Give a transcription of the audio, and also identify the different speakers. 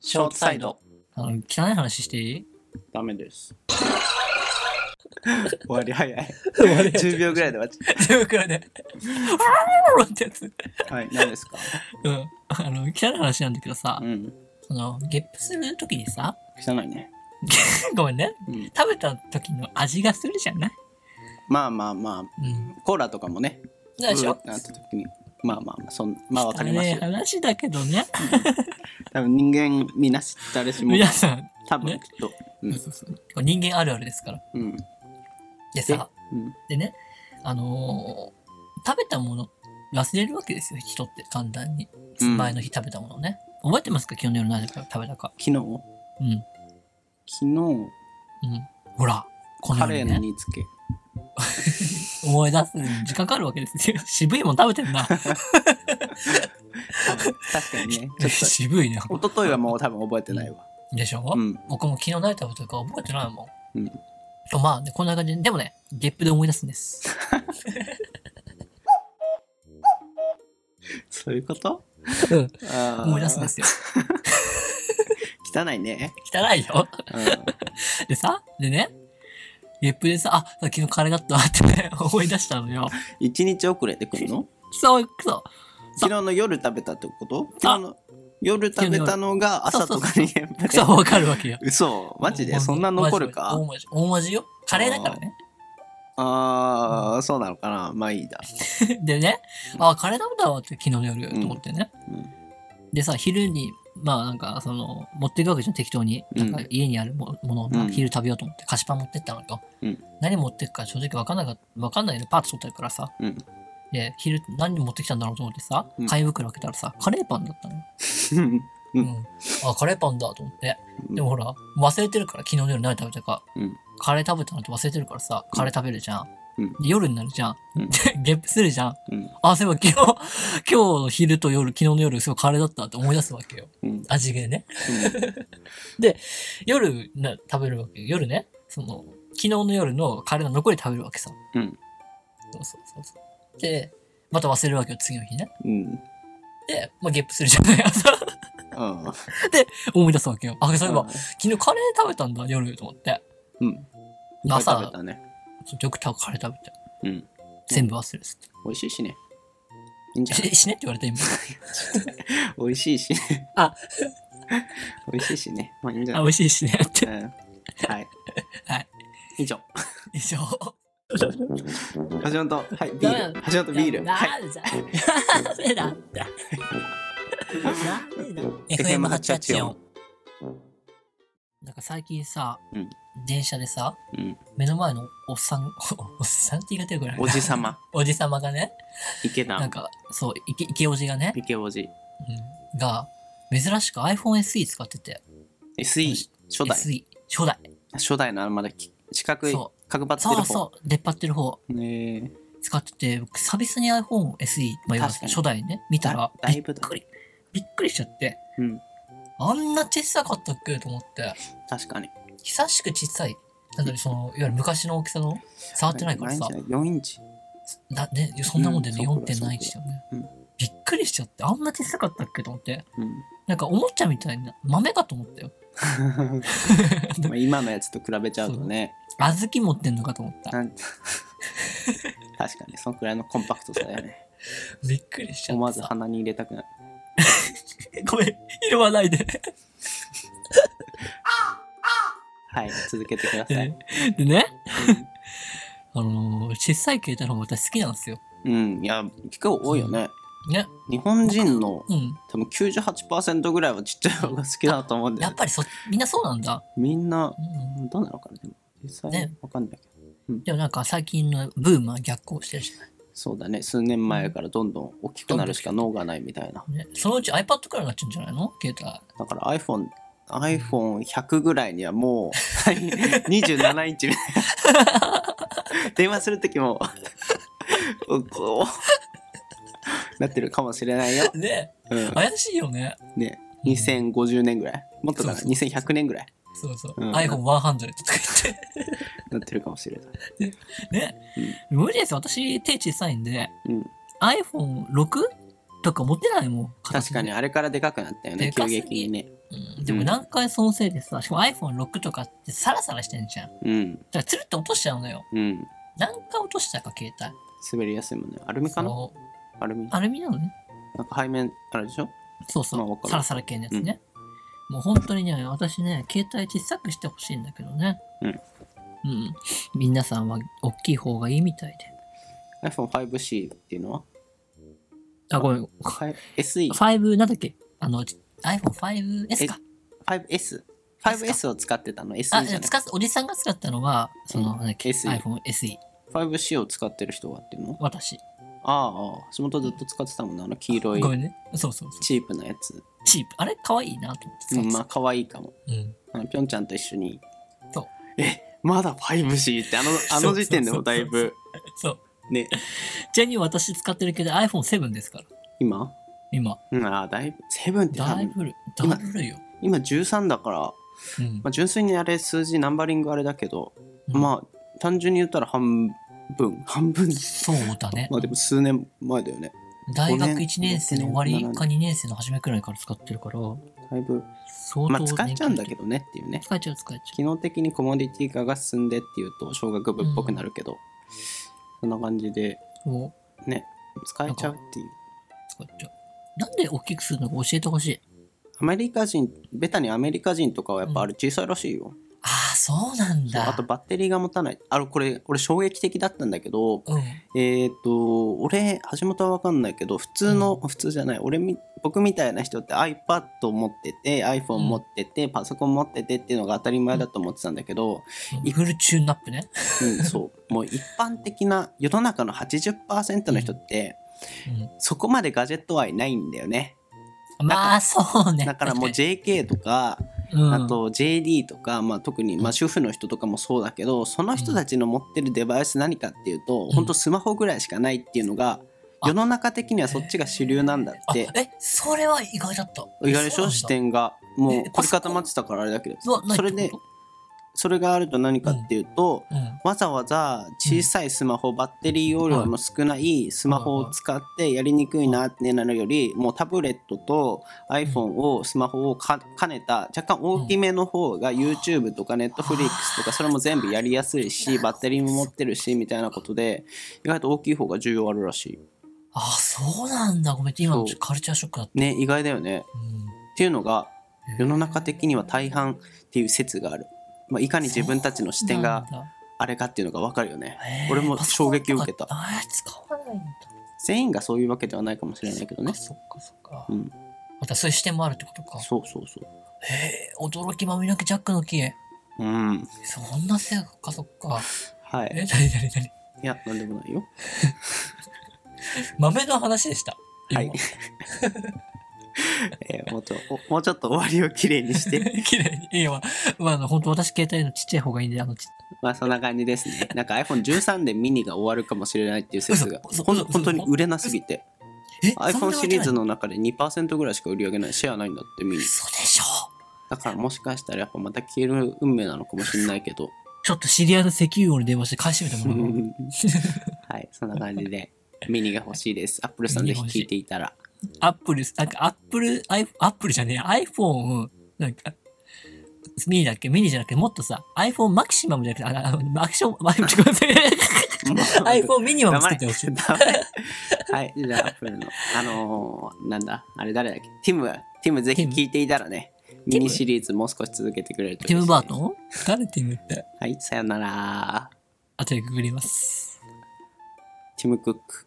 Speaker 1: ショートサイド。
Speaker 2: あの汚い話していい
Speaker 1: ダメです。 終わり早い。
Speaker 2: 終わりや
Speaker 1: 10秒ぐらいで終わっち
Speaker 2: 10秒くらいで。あーってやつ。
Speaker 1: ゃう。はい、何ですか
Speaker 2: うん。あの、汚い話なんだけどさ
Speaker 1: う、ん。
Speaker 2: その、ゲップするときにさ、
Speaker 1: 汚いね。
Speaker 2: ごめんね。
Speaker 1: うん。
Speaker 2: 食べた時の味がするじゃない
Speaker 1: まあまあま
Speaker 2: うん。
Speaker 1: あ、コーラとかもね。
Speaker 2: でし
Speaker 1: う
Speaker 2: ょ
Speaker 1: ーってなった時に。まあまあまあ、そんまあわかります
Speaker 2: 汚い
Speaker 1: よ。
Speaker 2: 話だけどね。
Speaker 1: 多分人間みんな知ったれしも
Speaker 2: 皆さん、
Speaker 1: 多分
Speaker 2: ね
Speaker 1: きっと。うん
Speaker 2: そうそうこれ人間あるあるですから。
Speaker 1: うん。
Speaker 2: でさ、
Speaker 1: うん。
Speaker 2: でね、あのー食べたもの忘れるわけですよ、人って簡単に。
Speaker 1: うん
Speaker 2: 前の日食べたものね。覚えてますか昨日の夜何食べたか。
Speaker 1: 昨日
Speaker 2: うん。うん。
Speaker 1: 昨日、
Speaker 2: ほら、この
Speaker 1: カ
Speaker 2: よう
Speaker 1: レー
Speaker 2: に
Speaker 1: の
Speaker 2: ね、
Speaker 1: 煮付け。
Speaker 2: 思い出すのに時間かかるわけですよ。 渋いもん食べてんな。
Speaker 1: 確か にね。ちょっ
Speaker 2: 渋いね。
Speaker 1: と、一昨日はもう多分覚えてないわ。
Speaker 2: でしょ、
Speaker 1: うん。
Speaker 2: 僕も昨日何食べたか覚えてないもん。
Speaker 1: うん
Speaker 2: とまあ、ね、こんな感じで、でもね、ゲップで思い出すんです。
Speaker 1: そういうこと
Speaker 2: うん
Speaker 1: あー
Speaker 2: 思い出すんですよ。
Speaker 1: 汚いね。
Speaker 2: 汚いよ。
Speaker 1: う
Speaker 2: でさ、でね、ゲップでさ、あ、昨日カレーだったわってね、 思い出したのよ。
Speaker 1: ん。一日遅れてくるの
Speaker 2: そう、くそ。
Speaker 1: 昨日の夜食べたってこと昨日の夜食べたのが朝とかにやっぱり
Speaker 2: くそ、わかるわけよ。
Speaker 1: 嘘マジでそんな残るか
Speaker 2: 大文字。大文字よ。カレーだからね。
Speaker 1: ああーそうなのかなまあいいだ
Speaker 2: でね、あ、カレー食べたわって昨日の夜、
Speaker 1: うん
Speaker 2: と思ってね。
Speaker 1: うん
Speaker 2: でさ、昼に、まあなんか、その、持っていくわけじゃん、適当に。
Speaker 1: う
Speaker 2: なんんか家にあるもものを、
Speaker 1: うん
Speaker 2: 昼食べようと思って、菓子パン持ってったのと。
Speaker 1: うん
Speaker 2: 何持ってくか正直わかんないか、わかんないでパーツ取ってるからさ。
Speaker 1: うん
Speaker 2: で、昼何持ってきたんだろうと思ってさ
Speaker 1: うん、
Speaker 2: 買い袋開けたらさ、カレーパンだったの。
Speaker 1: う
Speaker 2: うんん。あ、カレーパンだと思って。
Speaker 1: うん
Speaker 2: でもほら、忘れてるから、昨日の夜何食べたか。
Speaker 1: うん
Speaker 2: カレー食べたのって忘れてるからさ、カレー食べるじゃん。
Speaker 1: うん
Speaker 2: で夜になるじゃん。
Speaker 1: うん
Speaker 2: でゲップするじゃん。
Speaker 1: うん
Speaker 2: あ、そういえば昨日、 今日の昼と夜、昨日の夜、すごいカレーだったって思い出すわけよ。
Speaker 1: うん
Speaker 2: 味気ね。夜な、食べるわけよ。夜ね、その、昨日の夜のカレーの残り食べるわけさ。
Speaker 1: うん
Speaker 2: そうそうそうそう。で、また忘れるわけよ、次の日ね。
Speaker 1: うん
Speaker 2: で、まあ、ゲップするじゃない朝
Speaker 1: あ
Speaker 2: 思い出すわけよ。あ、そういえば、
Speaker 1: ー
Speaker 2: 昨日カレー食べたんだ、夜、と思って。
Speaker 1: うん
Speaker 2: 朝
Speaker 1: 食べたね
Speaker 2: よくたカレー食べて。
Speaker 1: うん
Speaker 2: 全部忘れてた。
Speaker 1: 美味しいしねいいんじゃない
Speaker 2: え死ねって言われた今。
Speaker 1: 美味しいしね
Speaker 2: あ
Speaker 1: 美味しいしねまあいいんじゃ
Speaker 2: あ、
Speaker 1: ない
Speaker 2: 美味しい死ねって。
Speaker 1: うんはい
Speaker 2: はい
Speaker 1: 以上
Speaker 2: 以上。
Speaker 1: 橋本はいビール橋本ビールはい
Speaker 2: なんだ。なんでなんだ。なんでなんだ。FM884。なんか最近さ、
Speaker 1: うん
Speaker 2: 電車でさ、
Speaker 1: うん
Speaker 2: 目の前のおっさん、 おっさんって言い方よくない
Speaker 1: おじさま。
Speaker 2: おじさまがね、
Speaker 1: 池
Speaker 2: なん
Speaker 1: 田
Speaker 2: か、そう、イケイケおじがね、
Speaker 1: 池おじ
Speaker 2: うん、が、珍しく iPhone SE 使ってて、
Speaker 1: SE 初代
Speaker 2: SE、初代。
Speaker 1: 初代のあのまだき四角い
Speaker 2: そ
Speaker 1: 角張ってる
Speaker 2: そ
Speaker 1: 方
Speaker 2: うそう、出っ張ってる方。
Speaker 1: ねえ
Speaker 2: 使ってて、僕久々に iPhone SE、まあ、要は
Speaker 1: 確かに
Speaker 2: 初代ね、見たら、
Speaker 1: だだいぶ
Speaker 2: び
Speaker 1: だ
Speaker 2: っくり、びっくりしちゃって、
Speaker 1: うん
Speaker 2: あんな小さかったっけと思って、
Speaker 1: 確かに
Speaker 2: 久しく小さい、なんだろ、その、いわゆる昔の大きさの、触ってないからさ、
Speaker 1: 4インチ
Speaker 2: だね、そんなもんでね、
Speaker 1: うん
Speaker 2: 4.7インチだよね、
Speaker 1: うん
Speaker 2: びっくりしちゃって、あんな小さかったっけと思って、
Speaker 1: うん
Speaker 2: なんかおもちゃみたいな、豆かと思ったよ。
Speaker 1: まあ今のやつと比べちゃうとね
Speaker 2: 小豆持ってんのかと思った。
Speaker 1: なん確かにそのくらいのコンパクトさだよね
Speaker 2: びっくりし ちゃ
Speaker 1: 思わ
Speaker 2: っ
Speaker 1: ず
Speaker 2: てさ。
Speaker 1: 鼻に入れたくなる
Speaker 2: ごめん、拾わ ないで。
Speaker 1: はい続けてください
Speaker 2: ででね、 あのー小さい携帯の方が私好きなんですよ。
Speaker 1: うんいや結構多いよね
Speaker 2: ね。
Speaker 1: 日本人の
Speaker 2: うん。
Speaker 1: 多分98%ぐらいはちっちゃい方が好きだと思うんだ
Speaker 2: や
Speaker 1: よ
Speaker 2: っ
Speaker 1: ね
Speaker 2: ぱりそ、みんなそうなんだ。
Speaker 1: みんな
Speaker 2: うん。
Speaker 1: どうなのかなでも実際
Speaker 2: ね
Speaker 1: わかんないけど
Speaker 2: でもなんか最近のブームは逆行してるじゃ
Speaker 1: そうだね数年前からどんどん大きくなるしか脳がないみたいな
Speaker 2: ない。ね。そのうち iPad くらいになっちゃうんじゃないの携
Speaker 1: だから iPhone iPhone100 ぐらいにはもう 27インチみたいな電話する時もおこうなってるかもしれないよ、
Speaker 2: 帯。ね。
Speaker 1: うん、
Speaker 2: 怪しいよね。
Speaker 1: ね2050年ぐらいもっとだな
Speaker 2: そうそう
Speaker 1: 2100年ぐらい
Speaker 2: そうそう。
Speaker 1: うん
Speaker 2: iPhone100 とか言って。
Speaker 1: なってるかもしれない
Speaker 2: ね。無理ですよ。私手小さいんで、
Speaker 1: うん
Speaker 2: iPhone6 とか持てないもん。
Speaker 1: 確かに、あれからでかくなったよね、
Speaker 2: でか
Speaker 1: 急
Speaker 2: すぎ
Speaker 1: 激にね。
Speaker 2: うんでも何回そのせいでさ、しかも iPhone6 とかってサラサラしてんじゃん。だ
Speaker 1: うん、
Speaker 2: からつるって落としちゃうのよ。
Speaker 1: うん。
Speaker 2: 何回落としたか、携帯。
Speaker 1: 滑りやすいもんね。アルミかな
Speaker 2: そう
Speaker 1: アルミ。
Speaker 2: アルミなのね。
Speaker 1: なんか背面、あれでしょ
Speaker 2: そうそ
Speaker 1: まあわか
Speaker 2: う。
Speaker 1: る
Speaker 2: サラサラ系のやつね。もう本当にね、私ね、携帯小さくしてほしいんだけどね。
Speaker 1: うん
Speaker 2: うん。皆さんは大きい方がいいみたいで。
Speaker 1: ?iPhone5C っていうのは
Speaker 2: あ、ごめん。
Speaker 1: はい ?SE?
Speaker 2: 5、なんだっけあの、ち iPhone5S か。
Speaker 1: 5S? 5S を使ってたの ?SE
Speaker 2: あ、
Speaker 1: じゃなく
Speaker 2: 使っおじさんが使ったのは、その、
Speaker 1: うん
Speaker 2: なんだっけ
Speaker 1: SE
Speaker 2: iPhoneSE。
Speaker 1: 5C を使ってる人がっていうの
Speaker 2: 私。
Speaker 1: ああ、ああ、仕事ずっと使ってたもんね。あの黄色い
Speaker 2: ごめんね。そうそうそう。
Speaker 1: チープなやつ。
Speaker 2: チープ。あれ、可愛いなと思って
Speaker 1: う
Speaker 2: 使っ
Speaker 1: ん、
Speaker 2: て
Speaker 1: まあ、
Speaker 2: た。
Speaker 1: 可愛いかも。
Speaker 2: うん。
Speaker 1: あの、ぴょんちゃんと一緒に。
Speaker 2: そう
Speaker 1: え、まだ 5C って、あの、あの時点でもだいぶ、
Speaker 2: そう。
Speaker 1: ね、
Speaker 2: ちなみに私使ってるけど iPhone7 ですから。
Speaker 1: 今
Speaker 2: 今。
Speaker 1: うん、ああ、だいぶ、7って多
Speaker 2: だい
Speaker 1: 分、
Speaker 2: ぶる、だいぶるよ。
Speaker 1: 今13だから、
Speaker 2: うん
Speaker 1: ま。あ、純粋にあれ数字ナンバリングあれだけど、
Speaker 2: うん
Speaker 1: まあ単純に言ったら半分半分
Speaker 2: そうだね
Speaker 1: ま。あでも数年前だよね
Speaker 2: 大学
Speaker 1: 五年
Speaker 2: 1年生の終わりか2年生の初めくらいから使ってるから、
Speaker 1: だいぶ
Speaker 2: 相当、
Speaker 1: まあ使っちゃうんだけ。どねっていうね
Speaker 2: 使っちゃう、使っちゃ
Speaker 1: 機能的にコモディティ化が進んでっていうと小学部っぽくなるけど、そんな感じで
Speaker 2: う。もう、
Speaker 1: ね使えちゃうっていう
Speaker 2: 使っちゃう。なんで大きくするのか教えてほしい。
Speaker 1: アメリカ人ベタにアメリカ人とかはやっぱあれ小さいらしいよ、
Speaker 2: ああ、そうなん
Speaker 1: そう
Speaker 2: だ。
Speaker 1: あとバッテリーが持たないあれこれ俺衝撃的だったんだけど
Speaker 2: うん。
Speaker 1: えっ、と、俺、橋本は分かんないけど、普通の、普通じゃない、俺み、僕みたいな人って iPad を持ってて、iPhone 持ってて、パソコン持っててっていうのが当たり前だと思ってたんだけど、
Speaker 2: フルチューンナップね。
Speaker 1: うん、そう、もう一般的な世の中の80%の人って、そこまでガジェット愛ないんだよね。
Speaker 2: うん、まあ、そうね。
Speaker 1: だからもう JK とか、
Speaker 2: 確かに、うん、
Speaker 1: あと JD とか、まあ、特にまあ主婦の人とかもそうだけどその人たちの持ってるデバイス何かっていうと、
Speaker 2: ん
Speaker 1: 本当スマホぐらいしかないっていうのが
Speaker 2: あ
Speaker 1: 世の中的にはそっちが主流なんだっ
Speaker 2: あ
Speaker 1: て
Speaker 2: え、それは意外だった。
Speaker 1: 意外でし
Speaker 2: そうな
Speaker 1: ょ
Speaker 2: んだ
Speaker 1: 視点がもう
Speaker 2: え
Speaker 1: 凝り固まってたからあれだけど
Speaker 2: うわない
Speaker 1: それで
Speaker 2: ってこ
Speaker 1: それがあると何かっていうと、
Speaker 2: とうん。
Speaker 1: わざわざ小さいスマホ、バッテリー容量の少ないスマホを使ってやりにくいなってなるよりもうタブレットと iPhone をスマホをか兼ねた若干大きめの方が YouTube とか Netflix とかそれも全部やりやすいしバッテリーも持ってるしみたいなことで意外と大きい方が重要あるらし
Speaker 2: ああ、そうなんだ。ごめん、今のちょっとカルチャーショックだった。
Speaker 1: いね意外だよねっていうのが世の中的には大半っていう説がある、まあ、いかに自分たちの視点があれかっていうのが分かるよね俺も衝撃を受けた
Speaker 2: あ使わないんだ。
Speaker 1: 全員がそういうわけではないかもしれないけどね
Speaker 2: そっかそっかそっか。
Speaker 1: うん
Speaker 2: またそういう視点もあるってことか。
Speaker 1: そうそうそう
Speaker 2: へえ、驚きまみなくジャックの木。
Speaker 1: うん
Speaker 2: そんなせいか、そっか。
Speaker 1: はい
Speaker 2: え、なになになに
Speaker 1: いやなんでもないよ
Speaker 2: 豆の話でした。今
Speaker 1: はい。 えーもうちょおもうちょっと終わりをきれいにし て
Speaker 2: 綺麗に。いや、まあ、まあ、あの、本当私携帯のちっちゃい方がいいんで、あの、ち
Speaker 1: まあそんな感じですねなんか iPhone13 でミニが終わるかもしれないっていう説が
Speaker 2: 嘘嘘
Speaker 1: ほん
Speaker 2: 嘘嘘
Speaker 1: 本当に売れなすぎて
Speaker 2: え
Speaker 1: iPhone シリーズ
Speaker 2: の。
Speaker 1: の中で2%ぐらいしか売り上げないシェアないんだってミニ
Speaker 2: 嘘でしょ。
Speaker 1: だからもしかしたらやっぱまた消える運命なのかもしれないけど
Speaker 2: ちょっと知り合いの石油王に電話して買い占めて もらおう。
Speaker 1: はい、そんな感じで、ミニが欲しいです。アップルさんぜひ聞いていたら。
Speaker 2: アップル、なんかアップル、アイアップルじゃねえ、iPhone、なんか、ミニだっけミニじゃなくて、もっとさ、iPhone マキシマムじゃなくて、あ、ああマキション、マキシマム、iPhone ミニマム作ってほしい。
Speaker 1: 黙れはい、じゃあアップルの、あのーなんだ、あれ誰だっけティム、ティムぜひ聞いていたらね、ミニシリーズもう少し続けてくれると
Speaker 2: ティ
Speaker 1: 嬉しいで
Speaker 2: ム・
Speaker 1: す
Speaker 2: バートン誰ティムって。
Speaker 1: はい、さよなら。
Speaker 2: 後でググります。
Speaker 1: ティム・クック。